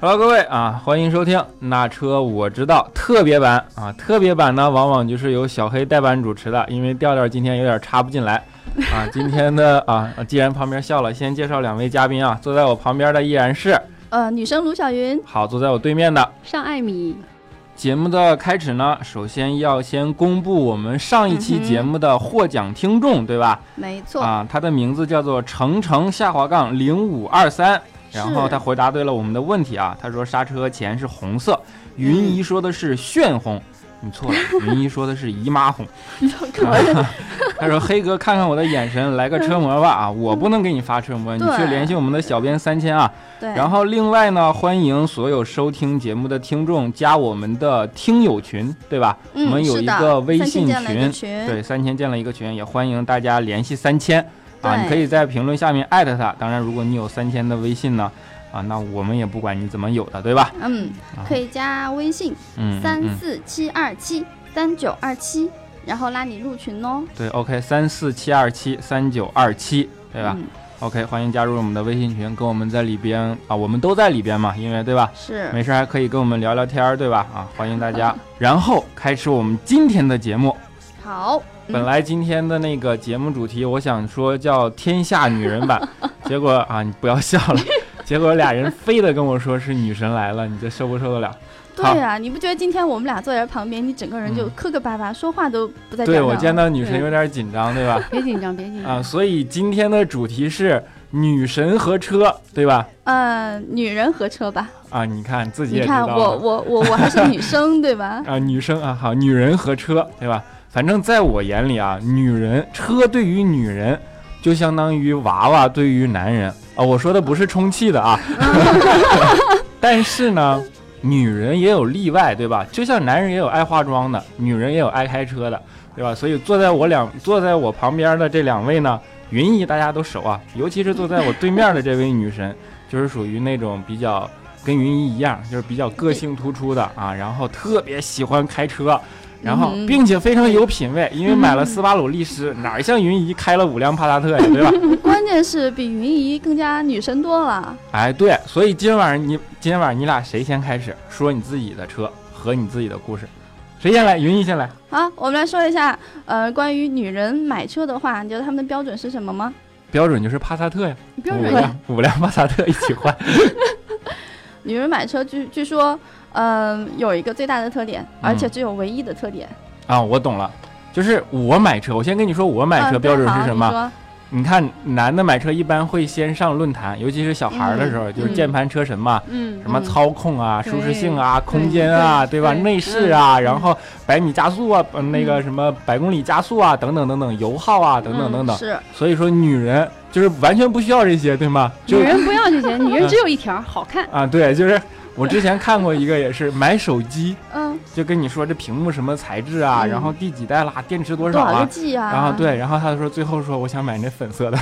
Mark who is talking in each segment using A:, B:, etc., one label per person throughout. A: Hello，各位啊，欢迎收听《那车我知道》特别版啊！特别版呢，往往就是由小黑代班主持的，因为调调今天有点插不进来啊。今天的啊，既然旁边笑了，先介绍两位嘉宾啊。坐在我旁边的依然是
B: 呃，女生卢晓云、
A: 好，坐在我对面的
B: 尚艾米，
A: 节目的开始呢，首先要先公布我们上一期节目的获奖听众，对吧？
B: 没错，
A: 啊，他的名字叫做程程下滑杠零五二三，然后
B: 是
A: 他回答对了我们的问题啊，他说刹车钳是红色，云姨说的是炫红，你 错了，云姨说的是姨妈红。 他说黑哥看看我的眼神，来个车模吧啊，我不能给你发车模，你去
B: 对
A: 联系我们的小编三千啊。
B: 对，
A: 然后另外呢，欢迎所有收听节目的听众加我们的听友群，对吧？
B: 嗯
A: 我们有
B: 是
A: 一
B: 的
A: 个微
B: 三千
A: 信
B: 建了一
A: 群
B: 个，群
A: 对，三千建了一个群，也欢迎大家联系三千啊，
B: 对
A: 你可以在评论下面艾特他。当然，如果你有三千的微信呢，啊，那我们也不管你怎么有的，对吧？
B: 嗯，可以加微信
A: 啊嗯，
B: 三
A: 嗯嗯
B: 四七二七三九二七，然后拉你入群哦，
A: 对，OK，三四七二七三九二七，对吧、
B: 嗯
A: o k 欢迎加入我们的微信群，跟我们在里边啊，我们都在里边嘛，因为对吧？
B: 是，
A: 没事儿还可以跟我们聊聊天儿，对吧？啊，欢迎大 家。然后开始我们今天的节目。
B: 好，嗯
A: 本来今天的那个节目主题，我想说叫“天下女人 版”，结果啊，你不要笑了，结果俩人非得跟我说是女神来了，你这受不受得了？
B: 对啊，你不觉得今天我们俩坐在旁边，你整个人就
A: 嗯
B: 磕磕巴巴，说话都不在
A: 对
B: 调
A: 我
B: 调
A: 见到女神有点紧张，对吧？
C: 别紧张，别紧张。
A: 啊，所以今天的主题是女神和车，对吧？
B: 呃，女人和车吧，
A: 啊，你看自己
B: 你
A: 也知
B: 看
A: 道
B: 我
A: 了
B: 我我我还是女生对吧？
A: 啊，女生啊，好，女人和车，对吧？反正在我眼里啊，女人车对于女人就相当于娃娃对于男人啊。我说的不是充气的啊，但是呢，女人也有例外，对吧？就像男人也有爱化妆的，女人也有爱开车的，对吧？所以坐在我两坐在我旁边的这两位呢，云姨大家都熟啊，尤其是坐在我对面的这位女神，就是属于那种比较。跟云姨一样，就是比较
B: 嗯
A: 个性突出的啊，然后特别喜欢开车， 然后
B: 嗯
A: 并且非常有品位，因为买了斯巴鲁力狮，哪儿像云姨开了五辆帕萨特呀，对吧？
B: 关键是比云姨更加女生多了，
A: 哎，对，所以今晚上你今晚上你俩谁先开始说你自己的车和你自己的故事？谁先来？云逸先来。
B: 好，我们来说一下，呃，关于女人买车的话，你觉得他们的标准是什么吗？
A: 标准就是帕萨特呀，
B: 标
A: 五
B: 准
A: 辆五辆帕萨特一起换。
B: 女人买车据据说，嗯、有一个最大的特点，而且只有唯一的特点。
A: 啊，我懂了，就是我买车，我先跟你说我买车
B: 嗯
A: 标准
B: 对好
A: 是什么
B: 你。说
A: 你看男的买车一般会先上论坛，尤其是小孩儿
B: 嗯
A: 的时候，就是键盘车神嘛。
C: 嗯
A: 什么操控啊、
C: 对
A: 舒适性啊、空间啊，对
C: 对
A: 吧？
C: 对
A: 内饰啊，然后百米加速啊，呃那个什么百公里加速啊，等等等等，油耗啊，等等等等。
B: 嗯是
A: 所以说，女人就是完全不需要这些，对吗？
C: 女
A: 就
C: 人不要这些，女人只有一条，好看。
A: 啊，对，就是我之前看过一个，也是买手机
B: 嗯，
A: 就跟你说这屏幕什么材质啊，
B: 嗯
A: 然后第几代啦，电池多
B: 多
A: 少
B: 少个
A: 啊，
B: G 啊？
A: 然后对，然后他说最后说我想买那粉色的，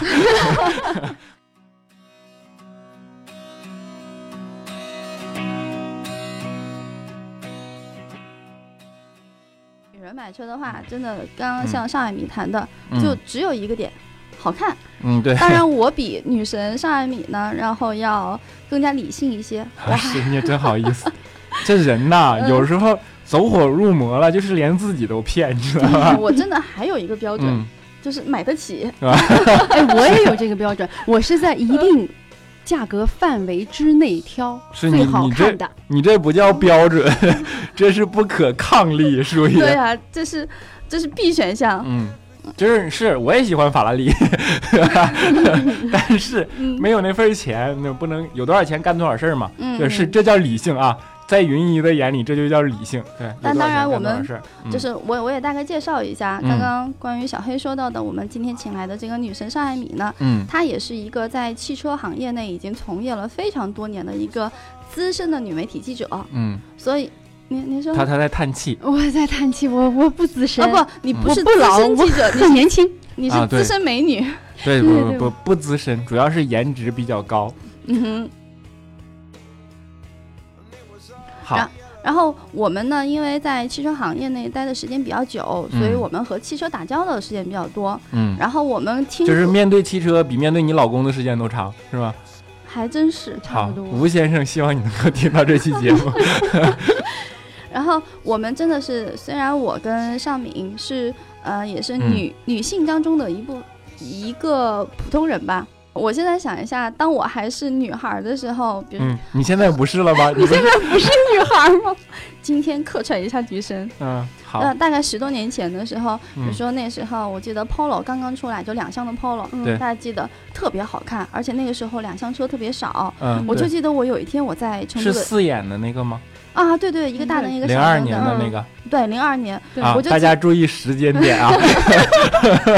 B: 女人买车的话，真的刚刚像上海米谈的，就
A: 嗯
B: 只有一个点。好看，
A: 嗯对，
B: 当然我比女神上海米呢，然后要更加理性一些。
A: 啊是你也真好意思，这人呐，
B: 嗯
A: 有时候走火入魔了，就是连自己都骗，你知道
B: 我
A: 吗？
B: 我真的还有一个标准，
A: 嗯，
B: 就是买 得起。
C: 哎，我也有这个标准，我是在一定价格范围之内挑
A: 是你
C: 最好
A: 你
C: 看的。
A: 你这不叫标准， 这是不可抗力，属于
B: 对啊，这是这是 B 选项。
A: 嗯，就是是，我也喜欢法拉利， 但是
B: 嗯
A: 没有那份儿钱，那不能有多少钱干多少事儿嘛。
B: 嗯，
A: 对，是
B: 嗯
A: 这叫理性啊，在云姨的眼里，这就叫理性。对，有
B: 但
A: 多少
B: 当
A: 钱干
B: 然我
A: 多少
B: 们
A: 事儿嗯
B: 就是我我也大概介绍一下，
A: 嗯
B: 刚刚关于小黑说到的，我们今天请来的这个女神上海米呢，
A: 嗯
B: 她也是一个在汽车行业内已经从业了非常多年的一个资深的女媒体记者，
A: 嗯，
B: 所以您您说
A: 他他在叹气。
C: 我在叹气，我我不资深，
B: 啊不，你不
C: 我
B: 是
C: 哦不
B: 资
C: 老，
B: 深
C: 我
B: 记者，你
C: 很年轻。
B: 你
A: 嗯啊
B: 是
A: 对
B: 资深美女，
A: 对，
C: 对
A: 不
C: 对
A: 不不不资深，主要是颜值比较高。
B: 嗯哼。
A: 好，
B: 然后我们呢，因为在汽车行业内待的时间比较久，所以
A: 嗯
B: 我们和汽车打交道的时间比较多。
A: 嗯，
B: 然后我们听
A: 就是面对汽车比面对你老公的时间都长，是吧？
B: 还真是。
C: 差
A: 好
C: 不，多。
A: 吴先生，希望你能够听到这期节 目。
B: 然后我们真的是，虽然我跟尚敏是呃也是女、
A: 嗯
B: 女性当中的一部一个普通人吧。我现在想一下，当我还是女孩儿的时候，比如、
A: 嗯，你现在不是了 吧？你现在
B: 不是女孩儿吗？今天客串一下女神。
A: 嗯，好，
B: 那大概十多年前的时候，比如
A: 嗯
B: 说呃那时候我记得 Polo 刚刚出来，就两厢的 Polo，、
C: 嗯
A: 对
B: 大家记得特别好看，而且那个时候两厢车特别少。
A: 嗯，
B: 我就
A: 对
B: 记得我有一天我在成都
A: 是
B: 的
A: 四眼的那个吗？
B: 啊，对对，一个大灯一个小
A: 零
B: 灯
A: 二年的
B: 嗯
A: 那个
B: 对，零二年，
C: 对
A: 啊
B: 我，就
A: 大
B: 记
A: 家注意时间点 啊。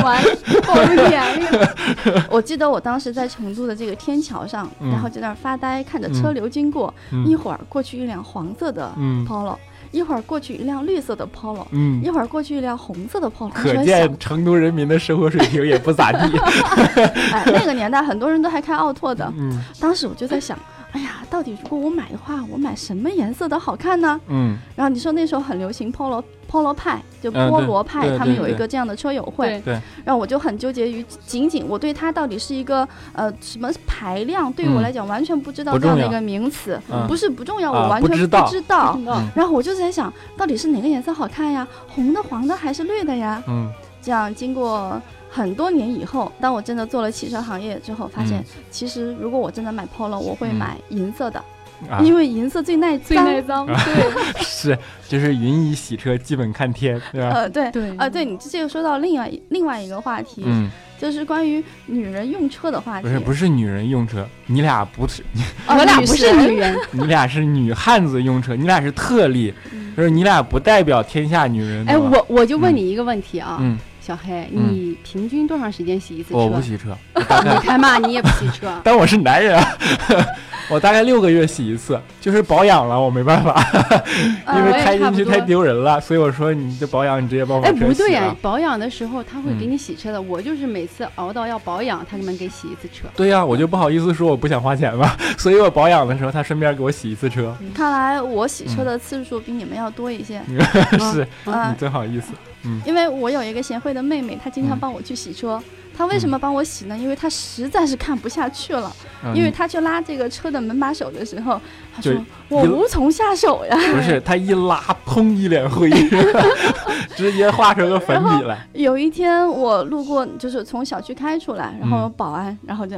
B: 完
C: 哦
B: 暴露年龄。我记得我当时在成都的这个天桥上，
A: 嗯
B: 然后就在那儿发呆，看着车流经过，一
A: 嗯
B: 会儿过去一辆黄色的
A: 嗯
B: Polo，、一会儿过去一辆绿色的 Polo，、
A: 嗯
B: 一，会儿过去一辆红色的 Polo。我
A: 可
B: 在想
A: 见成都人民的生活水平也不咋地。
B: 哎，那个年代很多人都还开奥拓的，
A: 嗯
B: 当时我就在想。哎呀，到底如果我买的话，我买什么颜色的好看呢？
A: 嗯
B: 然后你说那时候很流行 polo polo 派，就
A: 嗯
B: 菠
A: 对
B: 萝派，
A: 对
B: 他们
A: 对
B: 有一
A: 对
B: 个这样的车友会。
C: 对
A: 对
B: 然后我就很纠结于，仅仅我对它到底是一个呃什么排量，对于我
A: 嗯
B: 来讲完全不知道
A: 不
B: 这样的一
A: 重要
B: 个名词，
A: 嗯
B: 不是不重要，
A: 啊
B: 我完
A: 不
B: 全
A: 知
B: 不
A: 道
B: 知道。
A: 嗯
B: 然后我就在想，到底是哪个颜色好看呀？红的、黄的还是绿的呀？
A: 嗯
B: 这样经过很多年以后，当我真的做了汽车行业之后，发现、
A: 嗯
B: 其实如果我真的买 Polo，我会
A: 嗯
B: 买银色的，
A: 啊，
B: 因为银色最耐
C: 最
B: 脏。
C: 耐脏，对
A: 是就是云衣洗车基本看天，对吧？
B: 呃，对，
C: 对
B: 啊，对你这个说到另外另外一个话题，
A: 嗯，
B: 就是关于女人用车的话题。
A: 不是不是女人用车，你俩不是，
B: 啊
C: 我俩
B: 女
C: 不是
B: 神
C: 哦女人，
A: 你俩是女汉子用车，你俩是特例，就是你俩不代表天下女人。
C: 嗯哎，
A: 对吧
C: 我我就问你一个问题啊，
A: 嗯，
C: 小黑，
A: 嗯
C: 你平均多长时间洗一次车？
A: 我不洗车，，
C: 你开骂你也不洗车
A: 但我是男人啊， 我大概六个月洗一次，就是保养了，我没办法，
B: 啊
A: 因为
C: 我也
A: 开
C: 差
A: 进
C: 不
A: 去
C: 多
A: 太丢人了，所以我说你这保养你直接帮我
C: 哎，
A: 车洗了。
C: 不对哎，保养的时候他会给
A: 嗯
C: 你洗车的，我就是每次熬到要保养，他就能给洗一次 车。
A: 对呀、我就不好意思说我不想花钱嘛， 所以我保养的时候，他顺便给我洗一次车，
B: 看来我洗车
A: 嗯
B: 的次数比你们要多一些，
A: 是
B: 啊
A: 你真好意思。
B: 因为我有一个贤惠的妹妹，她经常
A: 嗯
B: 帮我去洗车。她为什么帮我洗呢？因为她实在是看不下去了，
A: 嗯、
B: 因为她去拉这个车的门把手的时候，她说
A: 就
B: 我
A: 一
B: 无从下手呀。
A: 不是他一拉，砰，一脸灰， 直接画出个粉笔来。
B: 有一天我路过，就是从小区开出来，然后
A: 嗯
B: 保安，然后就，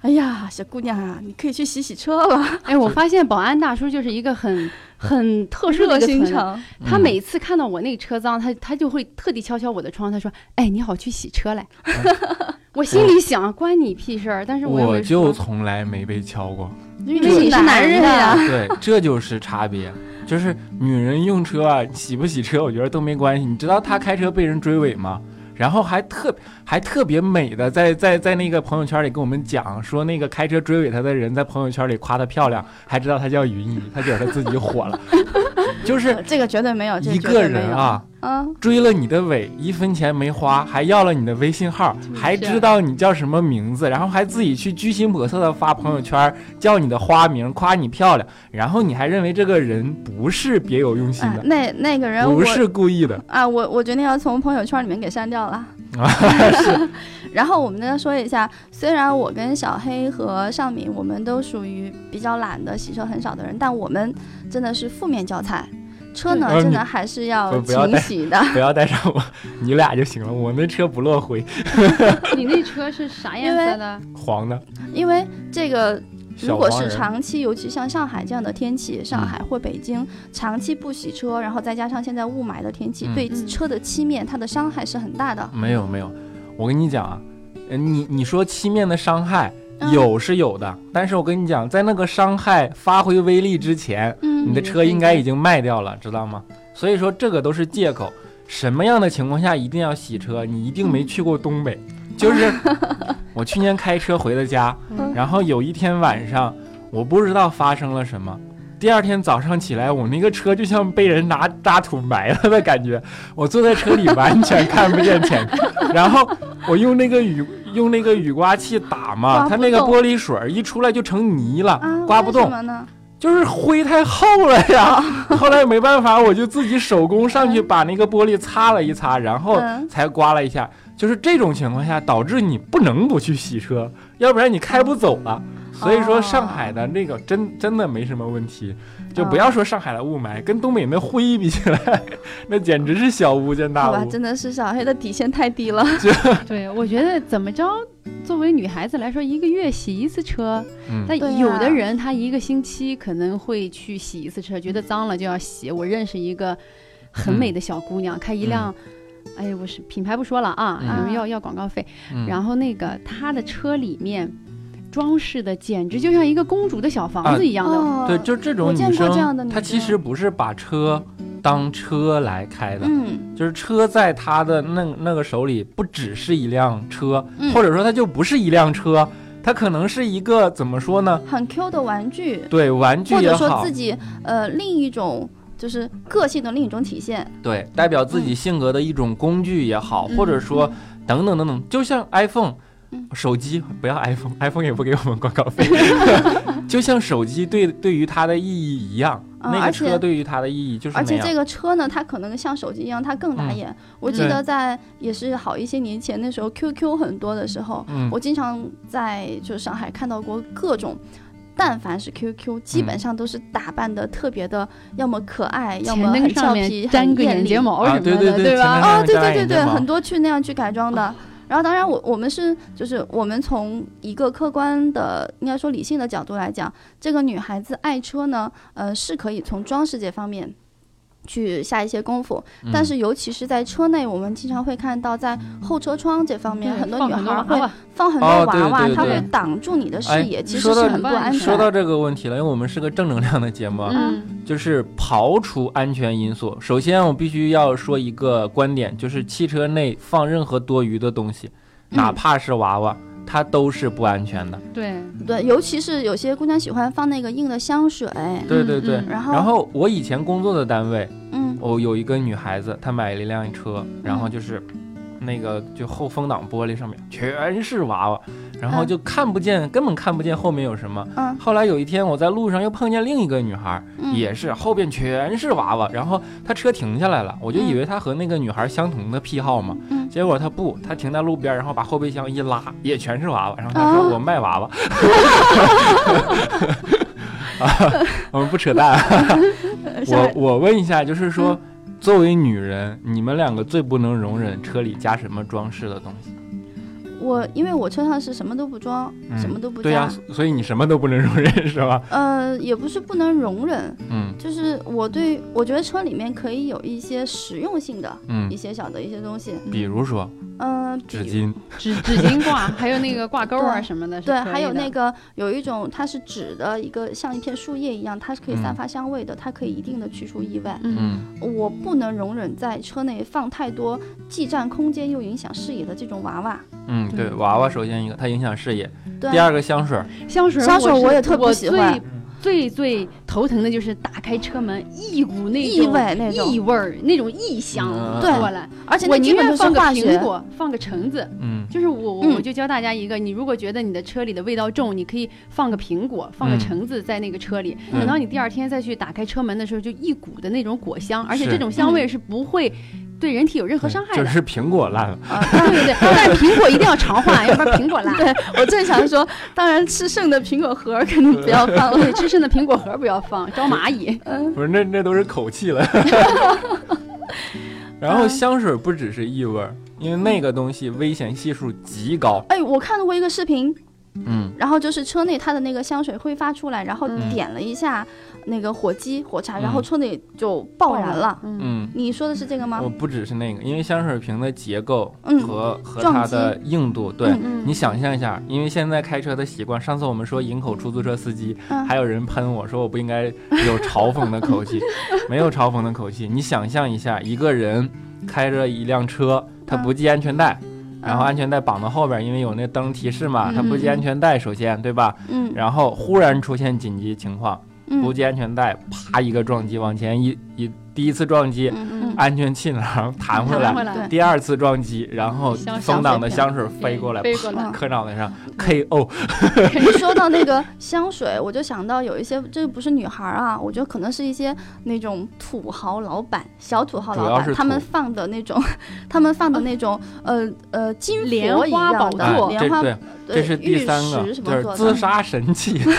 B: 哎呀，小姑娘啊，你可以去洗洗车 了，
C: 哎，我发现保安大叔就是一个很很特殊
B: 热
C: 的一个
B: 心
C: 存在
B: 肠。
C: 他
A: 嗯
C: 每次看到我那个车脏，他他就会特地敲敲我的窗，他说：“哎，你好，去洗车来。 我心里想，关你屁事儿，但是我
A: 嗯
C: 又
A: 我
C: 没
A: 就
C: 说。
A: 从来没被敲 过，
B: 因
C: 因为你是男人
B: 呀，
C: 呀
A: 对，这就是差别。就是女人用车啊，洗不洗车，我觉得都没关系。你知道她开车被人追尾吗？然后还特还特别美的在在在那个朋友圈里跟我们讲说，那个开车追尾她的人在朋友圈里夸她漂亮，还知道她叫云姨，她觉得她自己火了。 就是
B: 呃这个绝对没有，这
A: 一
B: 绝
A: 个
B: 对没
A: 人
B: 有
A: 啊，
B: 啊，
A: 追了你的尾，一分钱没 花，还要了你的微信号，还知道你叫什么名字，然后还自己去居心叵测的发朋友圈，叫你的花名，夸你漂亮，然后你还认为这个人不是别有用心
B: 啊
A: 的，
B: 那那个人我
A: 不是故意的，
B: 啊，我我决定要从朋友圈里面给删掉了。 然后我们再说一下，虽然我跟小黑和尚敏，我们都属于比较懒的、洗车很少的人，但我们真的是负面教材。车呢，
A: 对呃
B: 真的还是要
A: 不不要
B: 勤
A: 带
B: 洗的。
A: 不要带上我， 你俩就行了，我那车不落灰，
C: 你那车是啥颜色的？
A: 黄的，
B: 因为这个，如
A: 小
B: 果
A: 黄
B: 是
A: 人，嗯
B: 长期，尤其像上海这样的天气，上海或北京长期不洗车，然后再加上现在雾霾的天气，
A: 嗯
B: 对
C: 嗯
B: 车的漆面它的伤害是很大的。
A: 没有没有，我跟你讲啊，呃你你说漆面的伤害
B: 嗯，
A: 有是有的，但是我跟你讲，在那个伤害发挥威力之前。
B: 嗯
A: 你的车应该已经卖掉了，知道吗？所以说这个都是借口。什么样的情况下一定要洗车？你一
B: 嗯
A: 定没去过东北，就是 我去年开车回的家，
C: 嗯
A: 然后有一天晚上，我不知道发生了什么。第二天早上起来，我那个车就像被人拿大土埋了的感觉，我坐在车里完全看不见前面，然后我用那个雨用那个雨刮器打
B: 刮
A: 嘛，
B: 不
A: 它那个
B: 动
A: 玻璃水儿一出来就成泥了，
B: 啊，
A: 刮不
B: 为什
A: 动。
B: 么呢？
A: 就是灰太厚了呀。
B: 哦
A: 后来没办法，我就自己手工上去把那个玻璃擦了一擦，然后
B: 嗯
A: 才刮了一下。就是这种情况下，导致你不能不去洗车，要不然你开不走了。
B: 哦
A: 所以说上海的那个真真的没什么问题，就
B: 嗯
A: 不要说上海的雾霾，跟东北那灰比起来， 那简直是小巫见大
B: 好吧，
A: 巫。
B: 真的是小黑的底线 太低了。
C: 对，我觉得怎么着，作为女孩子来说，一个月洗一次车，
A: 嗯，
C: 但
B: 对
C: 有
B: 呀
C: 的人他一个星期可能会去洗一次车，觉得脏了就要洗。我认识一个很美的小姑娘，开一辆，哎，我是品牌不说了啊，
A: 嗯
C: 有人要要广告费。
A: 嗯
C: 然后那个她的车里面装饰的简直就像一个公主的小房
A: 啊
C: 子一样的，
B: 哦
A: 对，就这种
B: 我见
A: 女
B: 过这样的
A: 生，
B: 女
A: 她其
B: 生
A: 实不是把车当车来开的，
B: 嗯，
A: 就是车在她的那那个手里不只是一辆车，
B: 嗯
A: 或者说它就不是一辆车，它可能是一个怎么说呢？
B: 很 Q 的玩具，
A: 对，玩具
B: 或
A: 也
B: 者说
A: 好
B: 自，己呃另一种就是个性的另一种体现。
A: 对，代表自己性格的一种工具也好，
C: 嗯
A: 或者说等等等等，就像 iPhone
B: 嗯。
A: 手机不要 iPhone，iPhone 也不给我们广告费， 就像手机对对于它的意义一样，
B: 啊
A: 那个
B: 而且
A: 车对于它的意义就是
B: 而
A: 那
B: 且
A: 样。嗯
B: 这个车呢，它可能像手机一样，它更打眼。我记
A: 对
B: 得在也是好一些年前，那时候 QQ 很多的时候，
A: 嗯
B: 我经常在就上海看到过各种。但凡是 QQ，基
A: 嗯
B: 本上都是打扮的特别的，要么可爱，要么很
C: 前灯上
B: 俏
C: 面
B: 皮，
C: 粘
B: 很
C: 个
B: 艳
C: 眼
B: 丽
C: 睫。毛
A: 啊
C: 什么
A: 对
C: 的，
A: 对对前
C: 吧？
A: 灯
B: 哦，对
A: 上面扎
B: 对对
A: 眼睫
B: 对，
A: 毛
B: 很多去那样去改装的。然后，当然我，我们是就是我们从一个客观的，应该说理性的角度来讲，这个女孩子爱车呢，呃，是可以从装饰这方面去下一些功夫。
A: 嗯
B: 但是，尤其是在车内，我们经常会看到在后车窗这方面，
C: 对
B: 很多
C: 放
B: 女孩
C: 娃
B: 儿会
C: 娃
B: 放很多
A: 哦对
B: 娃娃，
A: 对
B: 它
A: 对
B: 会挡住你的视
A: 哎
B: 野，其
A: 说
B: 实是
A: 到
B: 很不安
A: 说
B: 全的。
A: 到这个问题了，因为我们是个正能量的节目，啊，
C: 嗯，
A: 就是刨除安全因素。首先，我必须要说一个观点，就是汽车内放任何多余的东西，哪
B: 嗯
A: 怕是娃娃，它都是不安全的。
C: 对，
B: 对，尤其是有些姑娘喜欢放那个硬的香水，
A: 对对
C: 嗯
A: 对。
C: 嗯
B: 然后
A: 然后我以前工作的单位，
B: 嗯
A: 我有一个女孩子，她买了一辆车，然后就是那个就后风挡玻璃上面全是娃娃，然后
B: 嗯
A: 就看不见，根本看不见后面有什么。
B: 嗯
A: 后来有一天我在路上又碰见另一个女孩，
B: 嗯，
A: 也是后边全是娃娃，然后他车停下来了，我就以为他和那个女孩相同的癖好嘛，
B: 嗯
A: 结果他不，他停在路边，然后把后备箱一拉，也全是娃娃，然后他说
B: 啊
A: 我卖娃 娃，啊，我们不扯淡，啊 我我问一下，就是
B: 嗯
A: 说，作为女人，你们两个最不能容忍车里加什么装饰的东西？
B: 我因为我车上是什么都不装，
A: 嗯
B: 什么都不
A: 对呀、
B: 加，
A: 所以你什么都不能 容忍是吧？
B: 呃，也不是不能容忍，
A: 嗯
B: 就是我对我觉得车里面可以有一些实用性的
A: 嗯
B: 一，些小的一些东西，
A: 比如说
B: 嗯、呃，
A: 纸
B: 比
A: 巾，
C: 纸纸巾挂，还有那个挂钩啊
B: 对
C: 什么的，是
B: 对，
C: 可
B: 还
C: 以
B: 有
C: 的
B: 那个有一种它是纸的一个像一片树叶一样，它是可以散
A: 嗯
B: 发香味的，它可以一定的去除意外。
C: 嗯。
A: 嗯
B: 我不能容忍在车内放太多既占空间又影响视野的这种娃娃。
A: 嗯，对，
C: 嗯
A: 娃娃首先一个，它影响视野。
B: 对
A: 第，二个香水儿，
C: 香水儿
B: 香水儿
C: 是
B: 我也特不喜欢
C: 我最最最头疼的就是打开车门，一股那
B: 异
C: 种
B: 味那种
C: 异味儿那种异香
A: 嗯
B: 对
C: 过来。
B: 而且
C: 我
B: 那基
C: 宁
B: 本
C: 愿
B: 就是
C: 放个
B: 化
C: 苹
B: 学。
C: 果，放个橙子。
A: 嗯
C: 就是我我
B: 嗯
C: 我就教大家一个，你如果觉得你的车里的味道重，你可以放个苹果，放个
A: 嗯
C: 橙子在那个车里。
A: 嗯
C: 等到你第二天再去打开车门的时候，就一股的那种果香，而且
A: 是
C: 这种香味是不会对人体有任何伤害
A: 就
C: 的。
A: 是苹果烂了。
C: 对对对，但是苹果一定要常换，要不然苹果烂。
B: 对我正想说，当然吃剩的苹果核儿肯定不要放了。
C: 对，吃剩的苹果核不要放，招蚂蚁。
B: 嗯，
A: 不是，那那都是口气 了。然后香水儿不只是异味儿，因为那个东西危险系数极高。
B: 哎，我看到过一个视频，
A: 嗯，
B: 然后就是车内它的那个香水挥发出来，然后
C: 嗯
B: 点了一下那个火机火柴，
A: 嗯
B: 然后车内就爆燃了。
C: 嗯，
A: 嗯，
B: 你说的是这个吗
A: 我？不只是那个，因为香水瓶的结构
B: 啊嗯
A: 和和
B: 撞
A: 它
B: 击
A: 的硬度，对
B: 嗯。
C: 嗯
A: 你想象一下，因为现在开车的习惯，上次我们说营口出租车司机，
B: 嗯
A: 还有人喷我说我不应该有嘲讽的口 气，没有嘲讽的口气。你想象一下，一个人开着一辆车，他不系安全带，
B: 嗯
A: 然后安全带绑到后边，因为有那灯提示嘛，他不系安全带，首先对吧？
B: 嗯
A: 然后忽然出现紧急情况，不
B: 嗯
A: 系安全带，啪一个撞击，往前一一第一次撞击，
B: 嗯
A: 安全气囊弹回
C: 弹
A: 来，
C: 回来，
A: 第二次撞击，然后
C: 香
A: 风挡的香水
C: 嗯
A: 飞过来，
C: 飞过来
B: 嗯，
A: 磕脑袋上，KO。
B: 一说到那个香水，我就想到有一些，这不是女孩儿啊，我觉得可能是一些那种土豪老板、小土豪
A: 主
B: 老
A: 要是
B: 板，
A: 土
B: 他们放的那种， 他们放的那种，呃呃，金
C: 莲
B: 佛一
C: 花
B: 样
C: 宝
B: 的、
A: 啊
C: 座
A: 这
B: 嗯莲花，
A: 对，这是第三个，
B: 玉石什
A: 就
B: 么
A: 是
B: 做
A: 自
B: 的？嗯
A: 杀神器，
C: 对，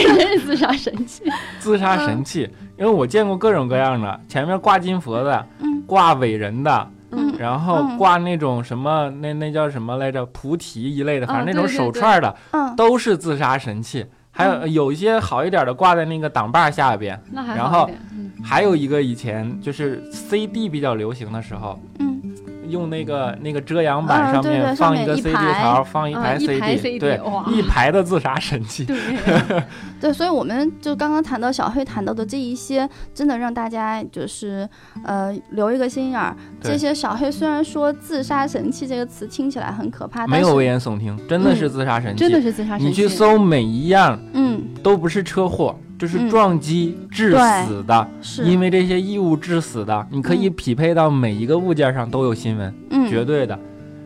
C: 这真是自杀神器。
A: 自杀神器。因为我见过各种各样的，前面挂金佛的，
B: 嗯
A: 挂伟人的，
B: 嗯
A: 然后
B: 嗯
A: 挂那种什么，那那叫什么来着？菩提一类的，反正
C: 嗯
A: 那种
C: 对对
A: 手
C: 对
A: 串的，
B: 嗯，
A: 都是自杀神器。还有有一些好一点的挂在那个挡把下边，
C: 那还
A: 然
C: 好
A: 后
C: 一点。嗯
A: 还有一个以前就是 CD 比较流行的时候，
B: 嗯，
A: 用那个那个遮阳板
B: 嗯
A: 上
B: 对对
A: 面
B: 上
A: 放一
B: 面
A: 个
B: 一
A: CD
B: 排
A: 槽，放一
C: 啊
A: 排
C: 一排
A: CD，
C: CD
A: 对嗯
C: 哇，
A: 一排的自杀神器。
C: 啊 对，啊
B: 对，所以我们就刚刚谈到小黑谈到的这一些，真的让大家就是呃留一个心眼儿。
A: 对
B: 这些小黑虽然说“自杀神器”这个词听起来很可怕，
A: 没
B: 但
A: 有
B: 是
A: 危言耸听，真的是
B: 嗯
A: 自杀神器。
C: 真的是自杀神器。
A: 你去搜每一样
B: 嗯
A: 都不是车祸，就是
B: 嗯
A: 撞击致
B: 对
A: 死的，
B: 是
A: 因为这些异物致死的，你可以匹配到每一个物件上都有新闻，
B: 嗯
A: 绝对的。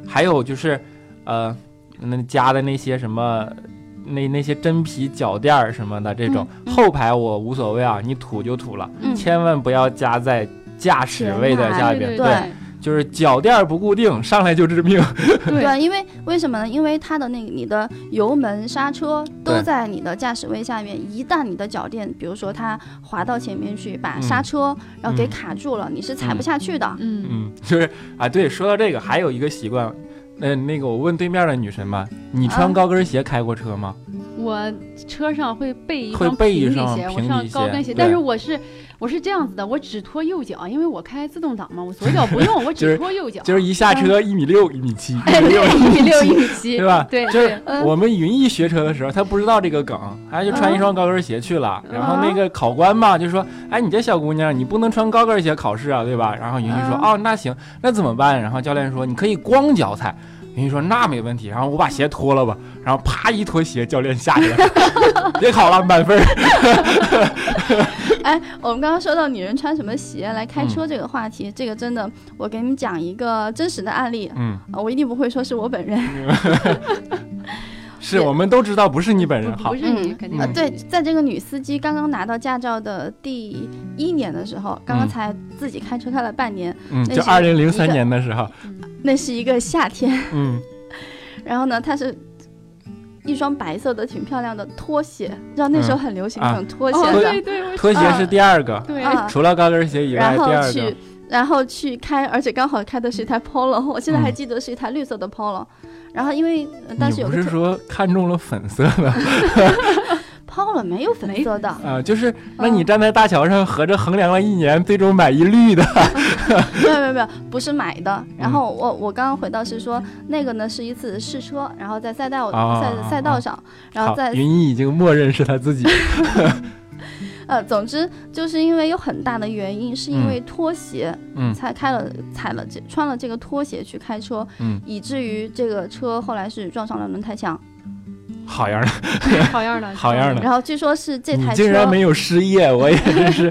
A: 还有就是，呃，那加的那些什么。那那些真皮脚垫儿什么的，这种、
B: 嗯嗯
A: 后排我无所谓啊，你吐就吐了，
B: 嗯
A: 千万不要加在驾驶位的下
C: 哎
A: 边，
C: 对对
A: 就是脚垫儿不固定，上来就致命。
C: 对
B: 对，因为为什么呢？因为它的那个你的油门、刹车都
A: 对
B: 在你的驾驶位下面，一旦你的脚垫，比如说它滑到前面去，把
A: 嗯
B: 刹车然后给
A: 嗯
B: 卡住了，你是踩不
A: 嗯
B: 下去的。
C: 嗯，
A: 嗯，就是啊，对，说到这个，还有一个习惯，那、那个我问对面的女生吧，你穿
C: 嗯
B: 啊
A: 高跟鞋开过车吗？
C: 我车上会备一
A: 会
C: 双
A: 备一
C: 平
A: 双
C: 底鞋，我
A: 平
C: 上
A: 底
C: 高
A: 鞋
C: 跟鞋，
A: 对
C: 但是我是我是这样子的，我只拖右脚，因为我开自动挡嘛，我左脚不用，我
A: 就
C: 只
A: 是
C: 拖右脚，
A: 就是一
C: 嗯
A: 下车一米六、一米七、
C: 哎
A: 一米
C: 对
A: 六、
C: 一米六一
A: 七，
C: 米七，
A: 对吧？
C: 对，
A: 就是
B: 嗯
A: 我们云艺学车的时候，他不知道这个梗，他就
C: 嗯
A: 穿一双高跟鞋去了。然后那个考官吧就说：“哎，你这小姑娘，你不能穿高跟鞋考试啊，对吧？”然后云艺
C: 嗯
A: 说：“
B: 啊
A: 哦，那行，那怎么办？”然后教练说：“你可以光脚踩。”云艺说：“那没问题。”然后我把鞋脱了吧，然后啪一脱鞋，教练吓一跳， 别考了，满分儿。
B: 哎，我们刚刚说到女人穿什么鞋来开
A: 嗯
B: 车这个话题，这个真的，我给你们讲一个真实的案例，
A: 嗯，
B: 啊我一定不会说是我本人。
A: 是我们都知道不是你本人
C: 不
A: 好
C: 不。是你，肯定
A: 嗯
B: 呃，
C: 不是
B: 对，
C: 你
B: 在这个女司机刚刚拿到驾照的第一年的时候，刚刚
A: 嗯
B: 才自己开车开了半年，
A: 嗯，
B: 那
A: 就是二零零
B: 一个
A: 三年的时候，
B: 那是一个夏天。
A: 嗯，
B: 然后呢，它是一双白色的挺漂亮的拖鞋，你知道那时候很流行
A: 嗯啊
B: 那种拖鞋
C: 哦，
B: 的，
C: 对对，我
A: 拖鞋是第二个，
C: 对，
B: 啊
A: 除了高跟鞋以外，
B: 然
A: 第
B: 后
A: 二嗯
B: 去
A: 个，
B: 然后去开，而且刚好开的是一台 Polo，我现在还记得是一台绿色的 Polo。然后因为呃当时
A: 你
B: 有
A: 不
B: 个
A: 是
B: 特
A: 说看中了粉色的
B: Polo 没有粉色的，
A: 啊？就是
B: 嗯
A: 那你站在大桥上，合着衡量了一年，最终买一绿的。
B: 没有没有没有，不是买的。然
A: 嗯
B: 后我我刚刚回到是说那个呢是一次试车，然后在赛道
A: 啊
B: 赛
A: 啊啊
B: 赛道上，然后
A: 好，
B: 在
A: 云逸已经默认是他 自己。
B: 呃，总之就是因为有很大的原因，是因为拖鞋
A: 嗯
B: 才开了踩了这穿了这个拖鞋去开车，
A: 嗯，
B: 以至于这个车后来是撞上了轮胎墙。
A: 好样的，
C: 好样的，
A: 好样的
B: 然后据说是这
A: 嗯你
B: 台
A: 竟然
B: 车
A: 没有失业，我也真是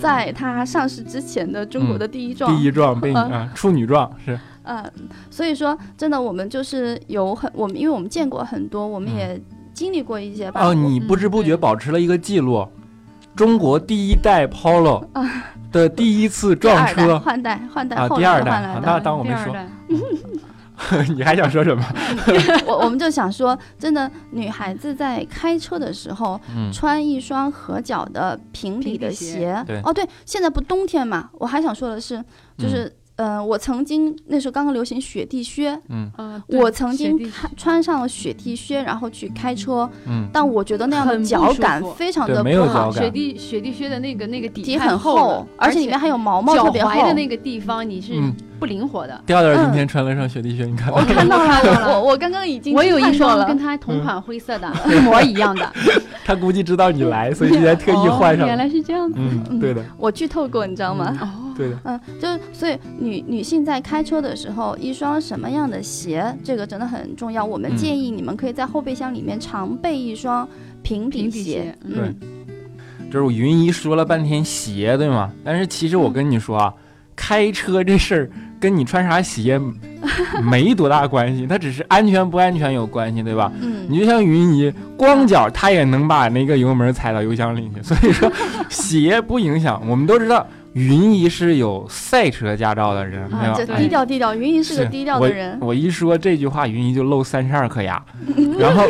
B: 在它上市之前的中国的第一撞。
A: 嗯第一 撞被你啊处女撞是。
B: 嗯，所以说真的，我们就是有很我们，因为我们见过很多，我们也经历过一些吧。
A: 哦，你不知不觉
C: 对
A: 保持了一个记录，中国第一代 Polo 的第一次
B: 啊第
A: 撞
B: 二代
A: 车
B: 换代换代
A: 啊，
B: 后
A: 第
B: 来
A: 二代
B: 换
A: 啊
B: 来，
A: 那
B: 的。
A: 当我
C: 第
A: 没
C: 二
A: 说，
C: 代，
A: 你还想说什么？
B: 我我们就想说，真的，女孩子在开车的时候
A: 嗯，
B: 穿一双合脚的平底的
C: 平底
B: 鞋。
A: 对
B: 哦，对，现在不冬天嘛，我还想说的是，就是。
A: 嗯
B: 呃，我曾经那时候刚刚流行雪地靴，
C: 嗯，对
B: 我曾经
C: 雪地
B: 看穿上了雪地靴，然后去开车，
A: 嗯，
B: 但我觉得那样的
C: 很不
B: 脚
C: 舒
B: 感
C: 服
B: 非常
A: 对
B: 的
A: 没有
B: 不好
A: 脚感
C: 雪地雪地靴的那个那个底
B: 底
C: 太
B: 很
C: 厚
B: 厚，，而且里面还有毛毛
C: 脚
B: 特别厚
C: 踝的。那个地方你是
A: 嗯
C: 不灵活的。
A: 调调今
B: 嗯
A: 天穿了双雪地靴，你看
C: 嗯
B: 我看到
C: 看到
B: 了，
C: 了
B: 我我刚刚已经
C: 我有一
B: 看到
C: 双
B: 了
C: 跟，它
A: 嗯
C: 同款 灰色的，一模一样的，
A: 他估计知道你来，所以今天特意换上
C: 哦原
A: 了。
C: 来是这样子。
A: 嗯，对的，
B: 我剧透过，你知道吗？
C: 哦，
A: 对的。
B: 嗯，就是所以女女性在开车的时候，一双什么样的鞋，这个真的很重要。我们
A: 嗯
B: 建议你们可以在后备箱里面常备一双平
C: 平
B: 底
C: 底鞋
B: 鞋，
C: 嗯
B: 嗯，
A: 就是我云姨说了半天鞋，对吗？但是其实我跟你说啊，开车这事儿跟你穿啥鞋 没多大关系，它只是安全不安全有关系，对吧？
B: 嗯，
A: 你就像云姨，光脚她也能把那个油门踩到油箱里去， 所以说鞋不影响。我们都知道云姨是有赛车驾照的人，
C: 啊
A: 对吧？
B: 这
A: 哎
B: 低调低调，云姨是个
A: 是
B: 低调的人。
A: 我一说这句话，云姨就露三十二颗牙。然 后，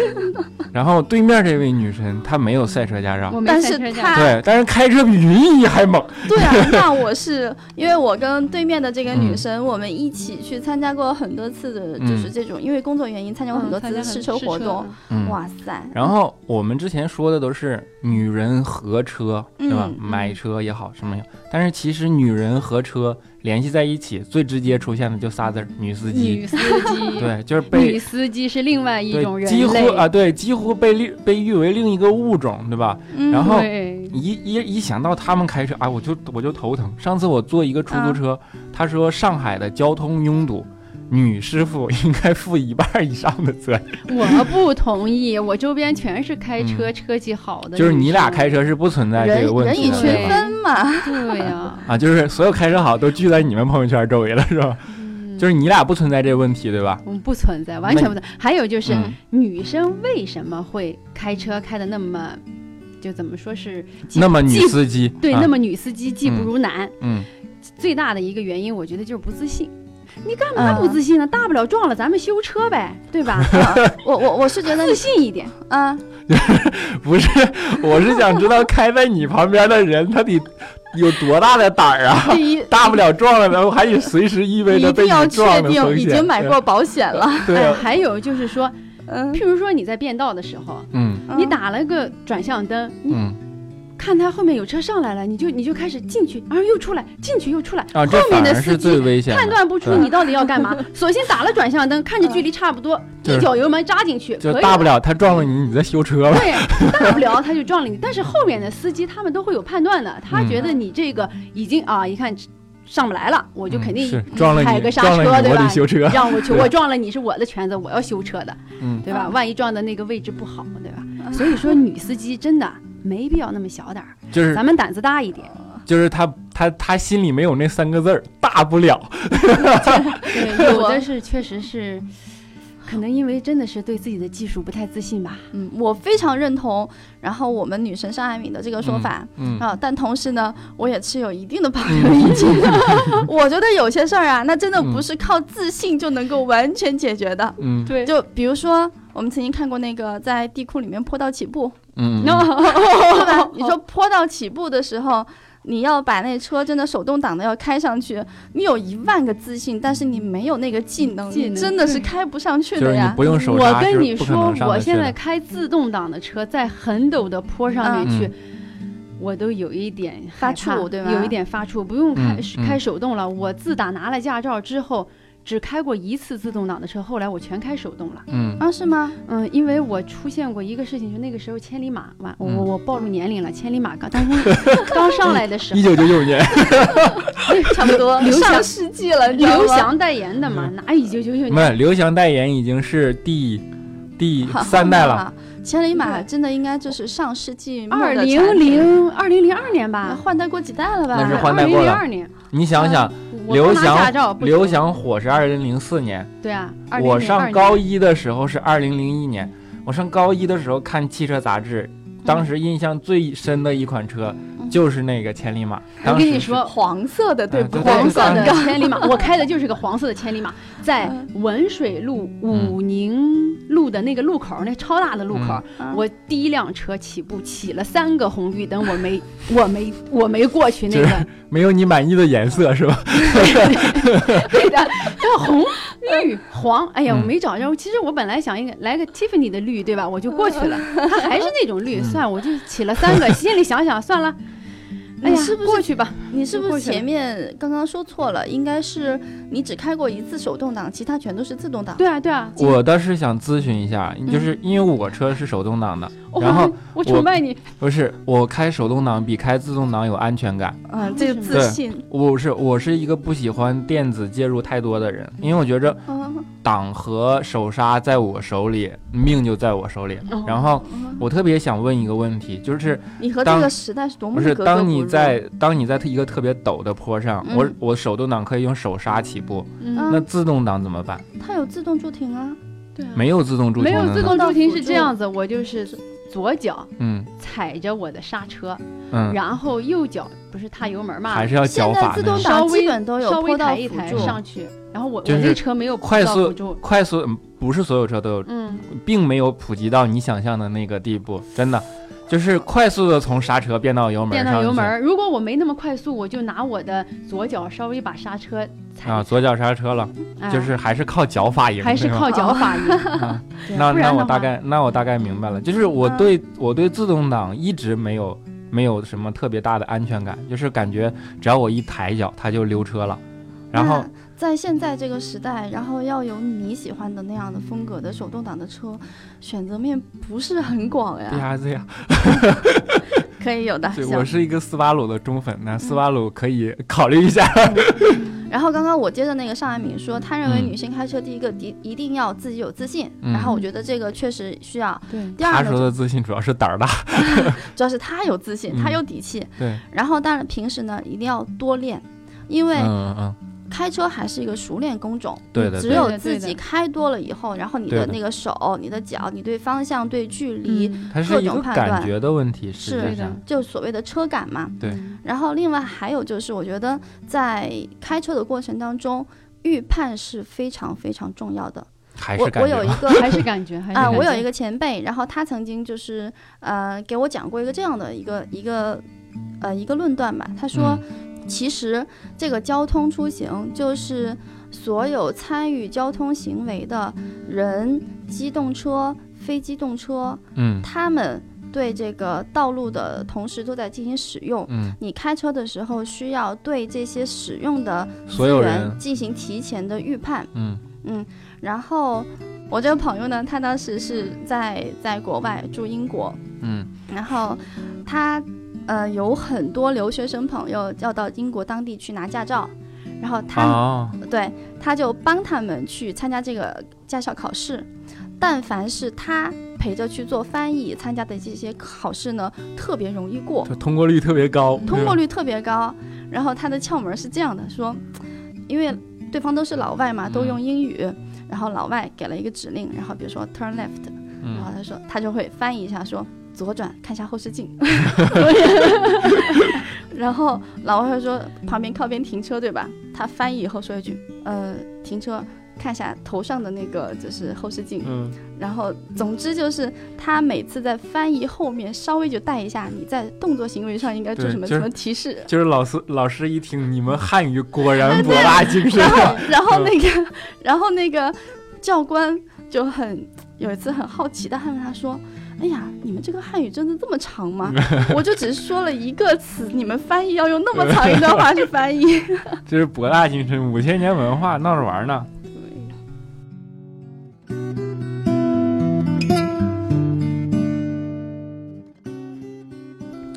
A: 然后对面这位女神她没有赛车驾照，
C: 我没
B: 但
C: 赛
B: 是
C: 车驾
B: 他
C: 照
A: 对，但是开车比云姨还猛。
B: 对啊， 那我是因为我跟对面的这个女
A: 嗯
B: 生，我们一起去参加过很多次的，就
A: 嗯
B: 是这种，因为工作原因嗯参加过
C: 嗯
B: 很多次试车活动。，
A: 嗯。
B: 哇塞，
A: 然后我们之前说的都是女人和车，对吧？
B: 嗯
A: 买车也好，什么也好，但是其实女人和车联系在一起，最直接出现的就仨字儿：女司机。
C: 女司机，
A: 嗯 对，就是
C: 女
A: 被
C: 司机是另外一种
A: 对
C: 人
A: 几乎
C: 类
A: 啊，对，几乎被另被誉为另一个物种，对吧？
B: 嗯
A: 然后
C: 对，
A: 一一一想到他们开车，啊，我就我就头疼。上次我坐一个出
B: 嗯
A: 租车，他说上海的交通拥堵，女师傅 应该负一半以上的责任。
C: 我不同意，我周边全是开车车技好的，
A: 嗯就是你俩开，车是不存在
B: 人
A: 这个问
B: 人
A: 题
B: 以
A: 的，
C: 对
B: 群
A: 对吧？
B: 分嘛，
C: 对 呀，
A: 啊，就是所有开车好都聚在你们朋友圈周围了，是吧？
C: 嗯
A: 就是你俩不存在这个问题，对吧？
C: 我们不存在，完全不存在。还有就是，
A: 嗯
C: 女生为什么会开车开的那么，就怎么说是既
A: 那么女
C: 既
A: 司机，
C: 对，
A: 啊
C: 那么女司机技不如男，
A: 嗯，
C: 最大的一个原因，我觉得就是不自信。
A: 啊
C: 你干
B: 嗯
C: 嘛不自信呢？大不了撞了，咱们修车呗，对吧？
B: 啊我我我是觉得
C: 自信一点，
B: 啊，
A: 不是，我是想知道开在你旁边的人他得有多大的胆儿啊！
B: 第一
A: 大不了撞了，咱们还得随时意味
B: 你
A: 着
B: 一
A: 被
B: 定要
A: 你
B: 确
A: 撞的
B: 定
A: 风
B: 已
A: 险。
B: 经买过保险了，
A: 对
C: 哎，
A: 啊，
C: 还有就是说，
B: 嗯，
C: 譬如说你在变道的时候，
A: 嗯
B: 嗯
C: 你打了个转向灯，你
A: 嗯。
C: 看他后面有车上来了，你就你就开始进去，然后又出来，进去又出来，
A: 啊，这
C: 后面
A: 反
C: 的
A: 而
C: 司
A: 是
C: 机
A: 最危险
C: 判
A: 的。
C: 断不出
A: 对
C: 你到底要 干嘛，索性打了转向灯，看着距离差不多，
A: 嗯就是
C: 一脚油门扎进去，
A: 就
C: 可以
A: 大不 了他撞了你，你再修车吧。
C: 对，大不了他就撞了你。但是后面的司机他们都会有判断的，
A: 嗯
C: 他觉得你这个已经啊，一看上不来了， 我就
A: 嗯
C: 肯定
A: 是撞了
C: 踩
A: 你，
C: 个刹
A: 撞了
C: 车
A: 你，
C: 对
A: 我得
C: 吧
A: 修车。
C: 让 我去，
A: 对
C: 我撞了你是我的全责，我要修车的，
A: 嗯，
C: 对吧？
B: 嗯
C: 万一撞的那个位置不好，对吧？所以说女司机真的没必要那么小胆儿，
A: 就是
C: 咱们胆子大一点。
A: 就是他他他心里没有那三个字儿，大不了。
C: 对，有的是确实是。可能因为真的是对自己的技术不太自信吧，
B: 嗯，我非常认同。然后我们女神上海敏的这个说法。
A: 嗯，
B: 啊，但同时呢，我也持有一定的保留意见。 我觉得有些事儿啊，那真的不是靠自信就能够完全解决的。
A: 嗯
C: 对
B: 就比如说，我们曾经看过那个在地库里面坡道起步，
A: 嗯，
C: 那
A: 嗯
B: 对吧？你
A: 哦
B: 说坡道起步的时候，你要把那车真的手动挡的要开上去，你有一万个自信，但是你没有那个技能，
C: 技能
B: 你真的是开不上去
A: 就
B: 的
A: 是你
B: 呀。
A: 不用手刹，
C: 我
A: 是
C: 跟你
A: 不可
C: 说
A: 能，上
C: 我
A: 得去
C: 现在
A: 的。
C: 开自动挡的车，在很陡的坡上面去，
A: 嗯
C: 我都有一点害怕
B: 发怵对吧
C: 有一点发怵，不用开、
A: 嗯
C: 是
A: 嗯
C: 开手动了。我自打拿了驾照之后，只开过一次自动挡的车，后来我全开手动了。
A: 嗯
B: 啊，是吗？
C: 嗯，因为我出现过一个事情，就那个时候千里马完，我
A: 嗯
C: 我我暴露年龄了，千里马刚当 初刚上来的时
A: 一
C: 候，
A: 九九九年，
B: 差不多
C: 刘翔
B: 上世纪了，你知道吗
C: 刘翔代言的嘛，哪一九九九
A: 嗯没
C: 年
A: 有刘翔代言已经是第第
B: 好
A: 三代了。。
B: 啊千里马
C: 对
B: 真的应该就是上世纪末
C: 二
B: 的
C: 零
B: 产品
C: 零二零零二
B: 啊
C: 年吧，
B: 换代过几代了吧？
A: 那是换
C: 二
A: 代
C: 零
A: 过
C: 零
A: 了
C: 二年，
A: 你想想，
C: 我
A: 刘
C: 刚拿
A: 翔
C: 驾照嗯不
A: 刘
C: 久
A: 翔火是二零零四年，
C: 对啊，
A: 我上高
C: 一
A: 一的时候是二零零一年，我上高一的时候看汽车杂志，
C: 嗯
A: 当时印象最深的一款车
B: 嗯
A: 就是那个千里马。
C: 我
A: 当
C: 跟你
A: 时是，
C: 说，
B: 黄色的，对
A: 啊
B: 不
A: 对
B: 对？
C: 黄色的
A: 对
C: 千里马， 我开的就是个黄色的千里马，在文水路
A: 嗯
C: 武宁路的那个路口，那超大的路口，
B: 嗯
C: 我第一辆车起步起了三个红绿灯，我没，我没，我没过去那个，
A: 没有你满意的颜色是吧？
C: 对的，这 红、绿、黄，哎呀，
A: 嗯
C: 我没找着。其实我本来想应该来个 Tiffany 的绿，对嗯吧？我就过去了，它还是那种绿，
A: 嗯
C: 算了我就起了三个，心里想想算了。哎呀，
B: 你是不是
C: 过去吧？
B: 你是不
C: 过
B: 是
C: 去了
B: 前面刚刚说错了？应该是你只开过一次手动挡，其他全都是自动挡。
C: 对啊，对啊。
A: 我倒是想咨询一下，
C: 嗯
A: 就是因为我车是手动挡的，
C: 我
A: 然后
C: 我崇拜你，
A: 不是我开手动挡比开自动挡有安全感。
B: 嗯，这个
C: 为什
A: 么
B: 自信。
A: 我不是我是一个不喜欢电子介入太多的人，因为我觉着
B: 嗯，
A: 档和手刹在我手里，命就在我手里。
C: 哦
A: 然后
B: 嗯
A: 我特别想问一个问题，就是
B: 你和
A: 当
B: 这个时代是多么
A: 不
B: 的
A: 是
B: 格格
A: 当
B: 不
A: 你
B: 入
A: 在当你在一个特别陡的坡上，
B: 嗯
A: 我我手动挡可以用手刹起步，
C: 嗯
B: 啊
A: 那自动挡怎么办？
B: 它有自动驻停啊，
C: 对啊
A: 没有自动驻
C: 没
A: 停
C: 有自
A: 的呢？
C: 动驻停是这样子，我就是左脚
A: 嗯
C: 踩着我的刹车，
A: 嗯，
C: 然后右脚不是踏油门嘛，
A: 还是要呃脚
B: 现在
A: 法
B: 自
A: 那
B: 动
A: 样
C: 稍
B: 挡
C: 微
B: 基本都有
C: 稍微
B: 坡道
C: 抬一
B: 辅
C: 抬
B: 助。
C: 上去，然后我、
A: 就
C: 我
A: 是
C: 这个车没有
A: 快
C: 坡道
A: 速
C: 辅助，
A: 快速嗯不是所有车都有，
C: 嗯，
A: 并没有普及到你想象的那个地步，真的就是快速的从刹车变到油门
C: 变
A: 上
C: 到
A: 去
C: 油门儿。如果我没那么快速，我就拿我的左脚稍微把刹车踩，
A: 啊，左脚刹车了，
C: 哎
A: 就是还是靠脚法赢，
C: 还是
A: 吧
C: 靠脚 法赢。
A: 啊
C: 对
A: 那
C: 不
A: 那
C: 然
A: 我
C: 的
A: 大
C: 话，
A: 概那我大概明白了，就是我
B: 嗯
A: 对我对自动挡一直没有没有什么特别大的安全感，就是感觉只要我一抬脚它就溜车了，然后
B: 那在现在这个时代，然后要有你喜欢的那样的风格的手动挡的车，选择面不是很广
A: 对
B: 呀，
A: 哎呀对呀，
B: 可以有的
A: 对
B: 像
A: 我是一个斯巴鲁的忠粉，
B: 嗯
A: 那斯巴鲁可以考虑一下，
B: 然后刚刚我接着那个尚爱敏说，她认为
A: 嗯
B: 女性开车第一个一一定要自己有自信，
A: 嗯
B: 然后我觉得这个确实需要。
C: 对，
B: 第
A: 他
B: 二呢
A: 说，的自信主要是胆儿大，
B: 主要是她有自信，
A: 嗯
B: 她有底气。
A: 对，
B: 然后当然平时呢一定要多练，因为
A: 嗯嗯
B: 开车还是一个熟练工种，
A: 对的
B: 只
A: 对
C: 的
B: 有
C: 对
B: 自
C: 的
B: 己开多了以后，然后你
A: 对
B: 的
A: 的
B: 那个手、你的脚、你对方向、对距离，
C: 嗯，
A: 它是
B: 各
A: 一
B: 种
A: 个
B: 判
A: 感
B: 断
A: 觉的问题，实
B: 是
A: 际
C: 对
A: 上
C: 的，
B: 就所谓的车感嘛。
A: 对
C: 嗯
B: 然后另外还有就是，我觉得在开车的过程当中，预判是非常非常重要的。
A: 还是
B: 我我
A: 感
B: 有
A: 觉
B: 一
A: 吧
B: 个
C: 还是感觉还是
B: 啊，
C: 感
B: 我有
C: 觉
B: 一个前辈，然后他曾经就是呃给我讲过一个这样的一个一个呃一个论断吧，他说、
A: 嗯
B: 其实这个交通出行就是所有参与交通行为的人、机动车、非机动车，
A: 嗯
B: 他们对这个道路的同时都在进行使用。
A: 嗯，
B: 你开车的时候需要对这些使用的
A: 所
B: 资
A: 有
B: 源
A: 人，
B: 进行提前的预判，
A: 嗯
B: 然后我这个朋友呢，他当时是在在国外住英国，
A: 嗯
B: 然后他呃有很多留学生朋友要到英国当地去拿驾照，然后他、
A: 哦，
B: 对他就帮他们去参加这个驾校考试。但凡是他陪着去做翻译参加的这些考试呢，特别容易过。
A: 就通过率特别高，
B: 通过
A: 率，
B: 率特别高。然后他的窍门是这样的，说，因为对方都是老外嘛，
A: 嗯
B: 都用英语，然后老外给了一个指令，然后比如说 turn left，、然后
A: 嗯
B: 他说他就会翻译一下说。左转，看一下后视 镜。然后老外会说旁边靠边停车，对吧？他翻译以后说一句，呃，停车，看一下头上的那个就是后视镜。
A: 嗯，
B: 然后，总之就是他每次在翻译后面稍微就带一下你在动作行为上应该做
A: 对
B: 什么
A: 就是
B: 什么提示。
A: 就是老师老师一听你们汉语果然博大精深
B: 然，后，然后那个， 然后那个教官就很有一次很好奇的还问他说：“哎呀，你们这个汉语真的这么 长吗？我就只说了一个词，你们翻译要用那么长 一段话去翻译。
A: 这是博大精深，五千年文化闹着玩儿呢。”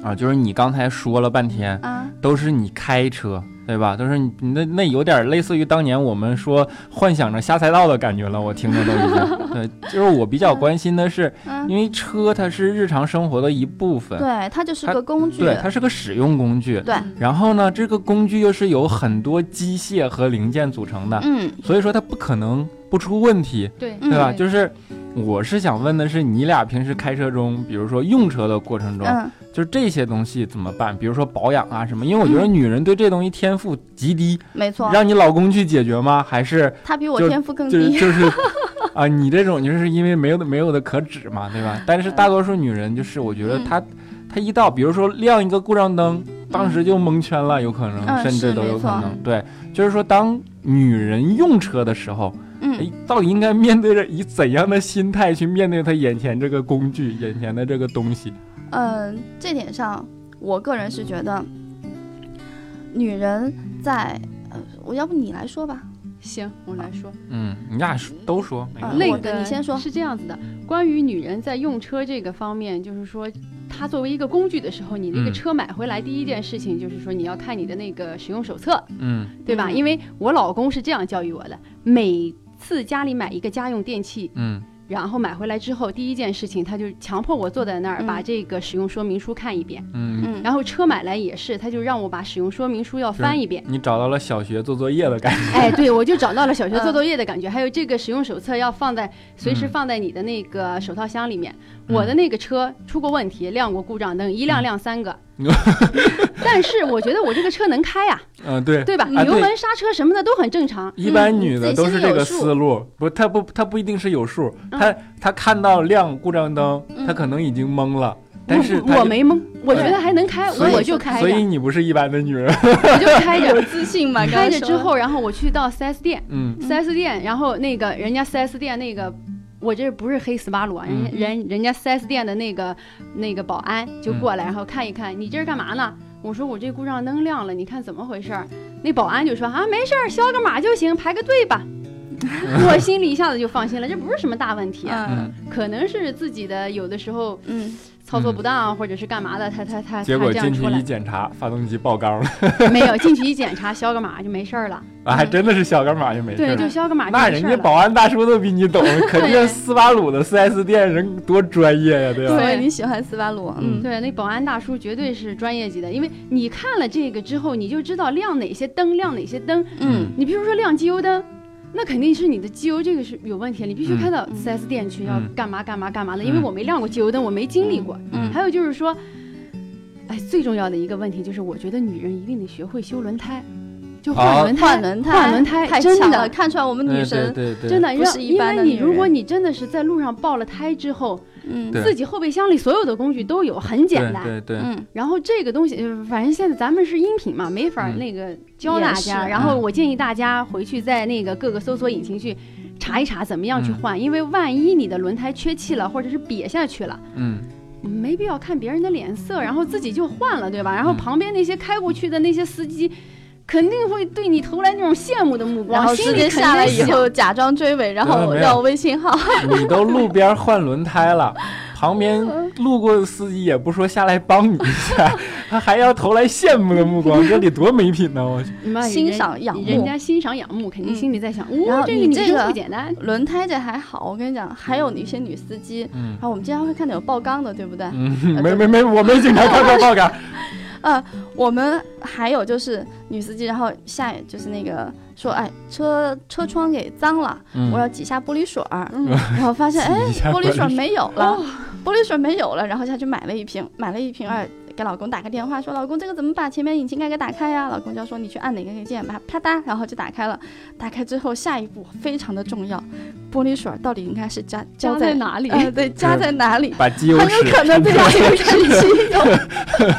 A: 啊，就是你刚才说了半天，
B: 啊，
A: 都是你开车，对吧？都是你你那那有点类似于当年我们说幻想着瞎赛道的感觉了，我听着都已经。对，就是我比较关心的是，
B: 嗯，
A: 因为车它是日常生活的一部分，
B: 对，它就是
A: 它
B: 个工具。
A: 对，它是个使用工具。
B: 对
C: 嗯
A: 然后呢，这个工具又是由很多机械和零件组成的，
B: 嗯，
A: 所以说它不可能不出问题，
C: 对
B: 嗯
A: 对吧？
C: 是
A: 就是我是想问的是，你俩平时开车中，比如说用车的过程中，
B: 嗯，
A: 就是这些东西怎么办？比如说保养啊什么？因为我觉
B: 嗯
A: 得女人对这东西天赋极低，
B: 没错，
A: 让你老公去解决吗？还是
B: 他比我
A: 就
B: 天赋更
A: 就是
B: 低。
A: 就是啊，你这种就是因为没有的没有的可指嘛，对吧？但是大多数女人就是，我觉得
B: 嗯
A: 她、她一到，比如说亮一个故障灯，当时就蒙圈了，有可能，
B: 嗯
A: 甚至
B: 是
A: 都有
B: 没
A: 可
B: 错
A: 能。对，就是说，当女人用车的时候，
B: 嗯
A: 哎，到底应该面对着以怎样的心态去面对她眼前这个工具、眼前的这个东西？
B: 呃嗯，这点上，我个人是觉得，女人在呃，我要不你来说吧，
C: 行，我来说。
A: 嗯，你俩说都说，没
B: 啊
A: 关系
C: 那
B: 我
C: 个
B: 你先说
C: 是这样子的，关于女人在用车这个方面，就是说，它作为一个工具的时候，你那个
A: 嗯
C: 车买回来，第一件事情就是说，你要看你的那个使用手册，
A: 嗯
C: 对吧？
B: 嗯
C: 因为我老公是这样教育我的，每次家里买一个家用电器，
A: 嗯
C: 然后买回来之后，第一件事情他就强迫我坐在那儿
B: 嗯
C: 把这个使用说明书看一遍，
A: 嗯，
B: 嗯，
C: 然后车买来也是，他就让我把使用说明书要翻一遍。
A: 你找到了小学做作业的感觉，
C: 哎，对，我就找到了小学做
B: 嗯
C: 作业的感觉，还有这个使用手册要放在随时
A: 嗯
C: 放在你的那个手套箱里面。
A: 嗯
C: 我的那个车出过问题，亮过故障灯，
A: 嗯
C: 一亮亮 三个。但是我觉得我这个车能开呀、
A: 嗯，对，
C: 对吧？
A: 啊
C: 油
A: 对
C: 门、刹车什么的都很正常。
A: 一般女的都是这个
B: 自己
A: 思路，不，她不，她不一定是有数，
C: 嗯
A: 她她看到亮故障灯，
B: 嗯
A: 她可能已经懵了，但是她
C: 我我没蒙，我觉
A: 对
C: 得还能开，
A: 所以
C: 我就开着
A: 所，以你不是一般的女人，
C: 我就开 着，
B: 自信嘛
C: 开着之，后，然后我去到 4S 店
A: 嗯
C: ，4S 店，然后那个人家 4S 店那个。我这不是黑斯巴鲁啊，
A: 嗯
C: 人家人人家 4S 店的那个那个保安就过
A: 嗯
C: 来，然后看一看你这是干嘛呢？我说我这故障灯亮了，你看怎么回事儿？那保安就说啊，没事儿，消个码就行，排个 队吧。我心里一下子就放心了，这不是什么大问题啊，
B: 嗯
A: 嗯，
C: 可能是自己的有的时候
B: 嗯，
C: 操作不当啊，或者是干嘛的，他他他他
A: 结
C: 这
A: 果
C: 样
A: 进去
C: 出
A: 一
C: 来，
A: 检查，发动机爆缸了，
C: 没有进去一检查，消个码就没 事儿了。
A: 啊，还真的是小干码就没事
C: 嗯对，
A: 儿。
C: 就消个码就
A: 那
C: 没
A: 人
C: 事儿
A: 家
C: 了。
A: 保安大叔都比你 懂，肯定斯巴鲁的 4S 店人多专业呀，对啊吧？
B: 所以
C: 对
B: 你喜欢斯巴鲁，
A: 嗯
B: 嗯，
C: 对，那保安大叔绝对是专业级的，因为你看了这个之后，你就知道亮哪些灯，亮哪些灯。
B: 嗯，
C: 你比如说亮机油灯，那肯定是你的机油这个是有问题，你必须开到
B: 嗯
C: 4S 店去要
A: 嗯
C: 干嘛干嘛干嘛的，因为
A: 嗯
C: 我没亮过机油灯，我没经历过。
B: 嗯
C: 还有就是说，哎，最重要的一个问题就是，我觉得女人一定得学会修轮胎，就
A: 啊
C: 换轮胎，
B: 换轮胎，
C: 换轮胎
B: 太
C: 真
B: 强
C: 的
B: 了，看出来我们女
A: 嗯对
B: 神，
A: 对对，
C: 真的，
B: 不
C: 让
B: 是一
C: 因
B: 般
C: 为
B: 的
C: 你
B: 女
C: 如果
B: 人
C: 你真的是在路上爆了胎之后，
B: 嗯
A: 对
C: 自己后备箱里所有的工具都有，很简单。
A: 对对对，
B: 嗯
C: 然后这个东西，呃反正现在咱们是音频嘛，没法
A: 嗯
C: 那个教大
B: 也是啊
C: 家。然后我建议大家回去在那个各个搜索引擎去查一查怎么样去
A: 嗯
C: 换，因为万一你的轮胎缺气了，或者是瘪下去了，
A: 嗯，
C: 没必要看别人的脸色，然后自己就换了，对吧？然后
A: 嗯
C: 旁边那些开过去的那些司机。肯定会对你投来那种羡慕的目光，
B: 然后
C: 心
B: 直
C: 里
B: 接
C: 肯
B: 下来
C: 定
B: 以
C: 想
B: 后假装追尾，然
A: 真的
B: 后
A: 没有
B: 要微信 号，
A: 你都路边换轮胎了，旁边路过的司机也不说下来帮你一下， 他还要投来羡慕的目光，这得多没品呢！ 我去，
B: 啊
C: 妈人
B: 欣赏仰
C: 人
B: 慕。
C: 家欣赏仰慕，肯定
B: 嗯
C: 心里在想，
B: 然
C: 哦
B: 后，
C: 这
B: 你
C: 个女
B: 这
C: 生
B: 个
C: 不简单。
B: 轮胎这还好，我跟你讲，还有一些女司机，啊
A: 嗯
B: 然后我们经常会看到有爆缸的，对不呃对？
A: 嗯， 没没没，我没经常看到爆 杆，
B: 我们还有就是女司机，然后下就是那个说，哎，车车窗给脏了，
A: 嗯
B: 我要挤一下玻璃水儿，
C: 嗯
B: 然后发现哎
A: 挤一下，
B: 玻璃
A: 玻
B: 水
A: 璃水
B: 儿没有了，
C: 哦
B: 玻璃水儿没有了，然后下去买了一瓶，买了一
C: 嗯
B: 瓶哎。给老公打个电话，说老公，这个怎么把前面引擎盖给打开呀、老公就说你去按哪个键，把它啪嗒，然后就打开了。打开之后，下一步非常的重要，玻璃水儿到底应该是加浇
C: 家在哪 里？
B: 呃，对，加在哪 里？
A: 把机油
B: 很有
A: 使
B: 可能被他这个事情中。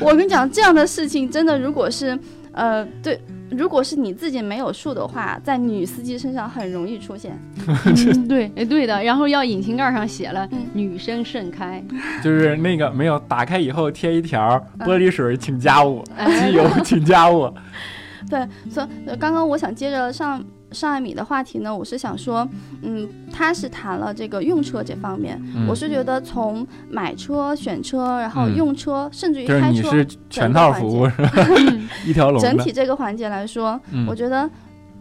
B: 我跟你讲，这样的事情真的，如果是呃，对，如果是你自己没有数的话，在女司机身上很容易出现。
C: 嗯对，哎对的。然后要引擎盖上写了
B: 嗯
C: “女生盛 开
A: 就是那个没有打开以后贴一条，
B: 嗯
A: 玻璃水请加我，”，
C: 哎
A: 机油请加我，
B: 对，所以呃刚刚我想接着上上一米的话题呢，我是想说，嗯，他是谈了这个用车这方面，
A: 嗯
B: 我是觉得从买车、选车，然后
A: 嗯
B: 用车，甚至于
A: 就是
B: 开
A: 你
B: 车，
A: 是全套服务是吧？ 一条龙
B: 整
A: 的
B: 体，这个环节来说，
A: 嗯
B: 我觉得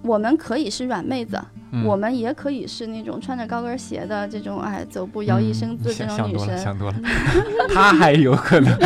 B: 我们可以是软妹子，
A: 嗯
B: 我们也可以是那种穿着高跟鞋的这种，哎，走步摇一生姿这
A: 嗯想
B: 种
A: 想
B: 女
A: 多了，
B: 生。
A: 想 多了，他还有可能，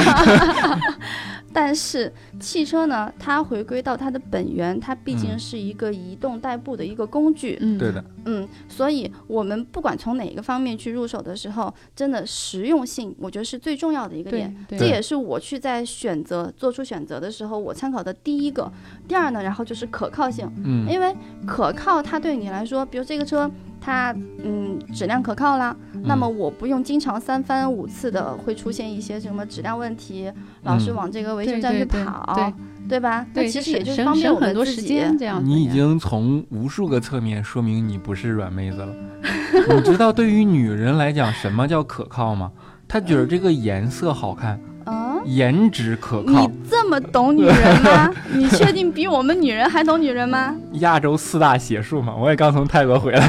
B: 但是汽车呢，它回归到它的本源，它毕竟
A: 嗯
B: 是一个移动代步的一个工具。
C: 嗯，
A: 对的，
B: 嗯，所以我们不管从哪个方面去入手的时候，真的实用性，我觉得是最重要的一个
C: 对
B: 点。
C: 嗯对
B: 这也是我去在选择做出选择的时候，我参考的第一个。第二呢，然后就是可靠性。
A: 嗯
B: 因为可靠，它对你来说，比如这个车，它嗯质量可靠啦，
C: 嗯
B: 那么我不用经常三番五次的会出现一些什么质量问题，老是
A: 嗯
B: 往这个维
C: 对
B: 修站去
C: 对对
B: 跑，
C: 对
B: 对吧？那
C: 对，
B: 其
C: 就
B: 实也就是
C: 省
B: 方便
C: 省
B: 我们
C: 很多
B: 自
C: 时
B: 己
C: 间，这样子
A: 你已经从无数个侧面说明你不是软妹子了。 你知道对于女人来讲，什么叫可靠吗？她觉得这个颜色好看，
B: 嗯
A: 颜值可
B: 你
A: 靠，
B: 这么懂女 人吗？你确定比我们女人还懂女人吗？
A: 亚洲四大邪术嘛，我也刚从泰国回来。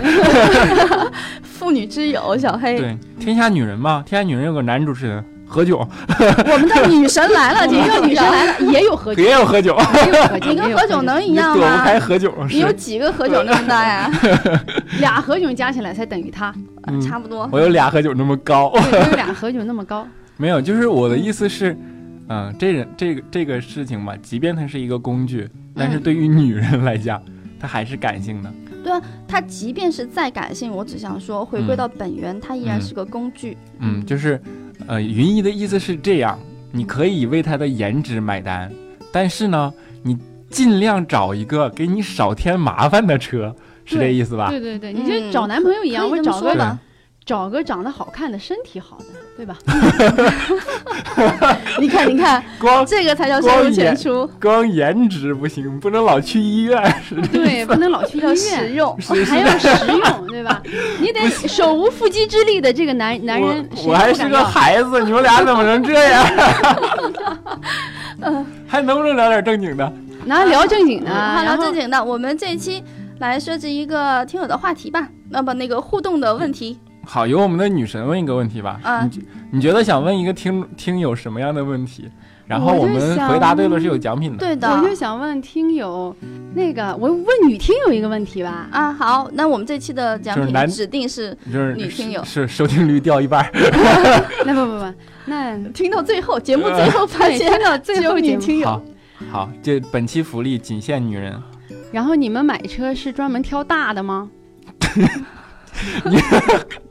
B: 妇女之友，小黑，
A: 对，天下女人嘛，天下女人有个男主持人何炅，
B: 我们的女神来 了，
C: 你
B: 你
C: 这
B: 个
C: 个女
B: 女神
C: 生
B: 来 了，
C: 来了也有喝酒，
A: 也有何炅，
C: 也有喝酒，
B: 你
C: 也
B: 跟
C: 有
B: 何炅能一
A: 你躲
B: 样
A: 不
B: 吗？
A: 开何炅。
B: 你有
A: 是，
B: 几个何炅那么大呀？
C: 俩何炅加起来才等 于他，
A: 嗯
B: 差不多。
A: 我有俩何炅那么高。
C: 对，就是俩何炅那么高。
A: 没有，就是我的意思是，嗯、这人这个这个事情吧，即便它是一个工具，但是对于女人来讲，它还是感性的。
B: 他即便是再感性，我只想说，回归
A: 嗯
B: 到本源，它依然是个工具。
A: 嗯，就是，呃，云姨的意思是这样，你可以为她的颜值买单，但是呢，你尽量找一个给你少添麻烦的车，是这意思吧？
C: 对对对，你就找男朋友一样，
B: 嗯可
C: 我
B: 以这么
C: 找
B: 说
C: 个
B: 吧
C: 找个长得好看的、身体好的，对吧？
B: 你看，你 看，
A: 光
B: 这个才叫深入浅出，
A: 光颜值不行，不能老去医院，是这
C: 对，不能老去医
B: 要实
C: 院，哦
B: 用。
A: 是
C: 还要实用，对吧？你得手无缚鸡之力的这个男男人，谁
A: 我我还
C: 都
A: 是
C: 不敢
A: 个
C: 要
A: 孩子，你们俩怎么能这 样？
C: 嗯
A: 还能不能聊点正经的？
C: 哪聊正经的，
B: 好，
C: 啊然
B: 啊聊
C: 后
B: 正经的，我们这一期来设置一个听友的话题吧，那么那个互动的问题，
C: 嗯
A: 好，由我们的女神问一个问题吧。
C: 啊
B: 嗯
A: 你觉你觉得想问一个听听友什么样的问题？然后
C: 我就
A: 我们
C: 想
A: 回答对了是有奖品的。
B: 对的。
C: 我就想问听友，那个我问女听友一个问题吧。
B: 啊，好，那我们这期的奖
A: 就是男
B: 品指定是
A: 就是
B: 女听友
A: 是是收听率掉一半儿，
C: 那不不不，那
B: 听到最后，节目最后发
C: 对，
B: 现
C: 听到最后
B: 只有
C: 节
B: 女
C: 目，
B: 听友
A: 好，好，这本期福利仅限女人。
C: 然后你们买车是专门挑大的吗？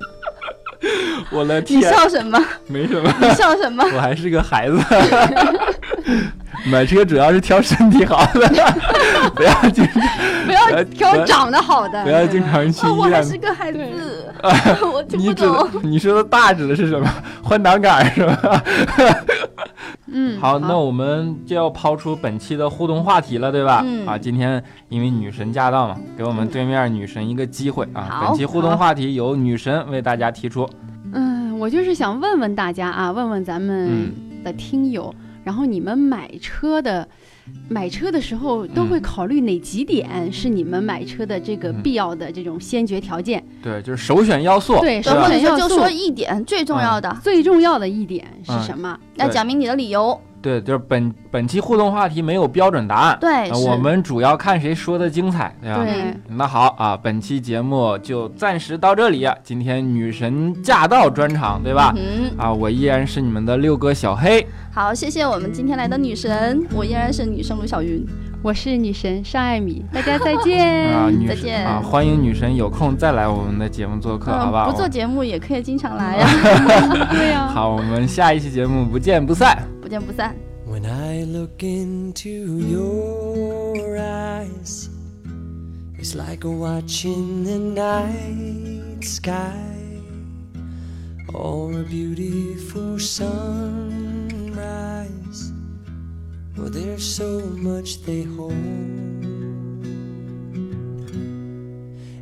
A: 我的
B: 你
A: 天，
B: 笑什 么？
A: 没什么，
B: 你笑什么？
A: 我还是个孩 子。买车主要是挑身体好的，不要经
C: 不
A: 呃
C: 要挑
A: 呃
C: 长得好的，
A: 不要
C: 对吧
A: 经常去
B: 哦，
A: 医
B: 我还
A: 院
B: 是个孩
C: 对
B: 子， 我听
A: 你
B: 不
A: 指的
B: 懂。
A: 你说的大指的是什么？换挡杆是吧？
C: 嗯，
A: 好，那我们就要抛出本期的互动话题了，对吧？
B: 嗯
A: 啊，今天因为女神驾到嘛，给我们对面女神一个机会啊。
B: 好
A: 本期互动
B: 好
A: 话题由女神为大家提出。
C: 嗯，我就是想问问大家啊，问问咱们
A: 嗯，
C: 的听友，然后你们买车的。买车的时候都会考虑哪几点是你们买车的这个
A: 嗯
C: 必要的这种先决条件？
A: 对，就是首选要素。
C: 对，
A: 是
C: 首
A: 吧
B: 或
C: 选
B: 者说
C: 要
B: 就
C: 素
B: 说一点最重要的，
C: 最重要的一点是
A: 嗯
C: 什么？
B: 要
A: 对
B: 讲明你的理由。
A: 对，就是本本期互动话题没有标准答案，
B: 对，
A: 啊
B: 是
A: 我们主要看谁说的精彩，对吧？
C: 对，
A: 那好啊，本期节目就暂时到这里。啊今天女神驾到专场，对吧？
B: 嗯，
A: 啊，我依然是你们的六哥小黑，
B: 好，谢谢我们今天来的女神，我依然是女生卢小云，
C: 我是女神尚艾米，大家再见。
A: 啊，女
B: 嗯再
A: 神
B: 见
A: 啊，欢迎女神有空再来我们的节目做客，好不好？
B: 嗯，不做节目也可以经常来啊呀，
C: 对啊呀、
A: 好，我们下一期节目不见不散。
B: 不见不散。
D: When I look into your eyes, it's like watching the night sky or a beautiful sunrise. Well, there's so much they hold.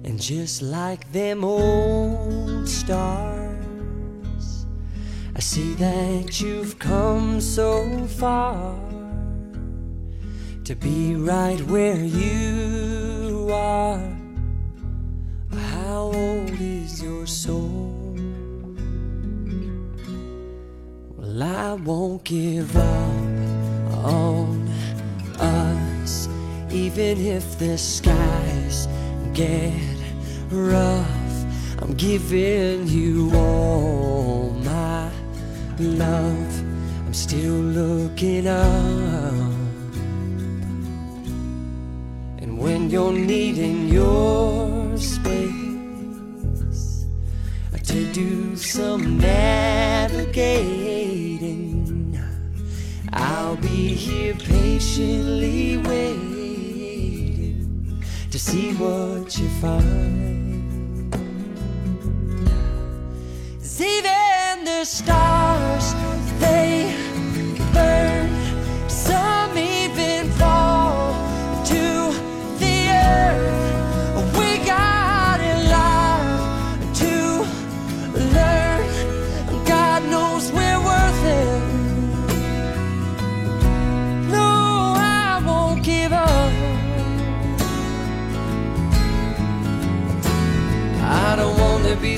D: And just like them old stars, I see that you've come so far to be right where you are. How old is your soul? Well, I won't give up on us, even if the skies get rough. I'm giving you all my love. I'm still looking up. And when you're needing your space to do some navigating, I'll be here patiently waiting to see what you find. 'Cause even the stars, they burn. Some even fall to the earth. We got a lot to learn. God knows we're worth it. be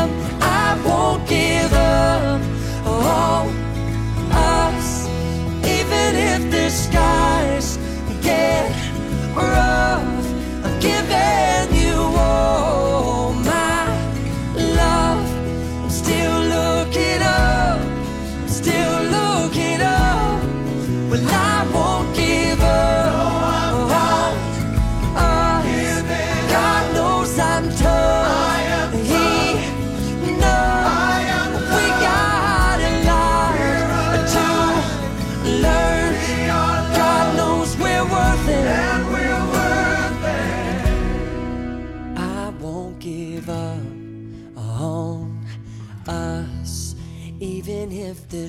D: am. I won't give up. Oh, us, even if the skies get rough. I'm giving you all my love. I'm still looking up, I'm still looking up. Well, I won't give up. Oh, Us. God knows I'm tough. He knows we got a lot to learn. God knows we're worth it. And we're worth it. I won't give up on us, even if the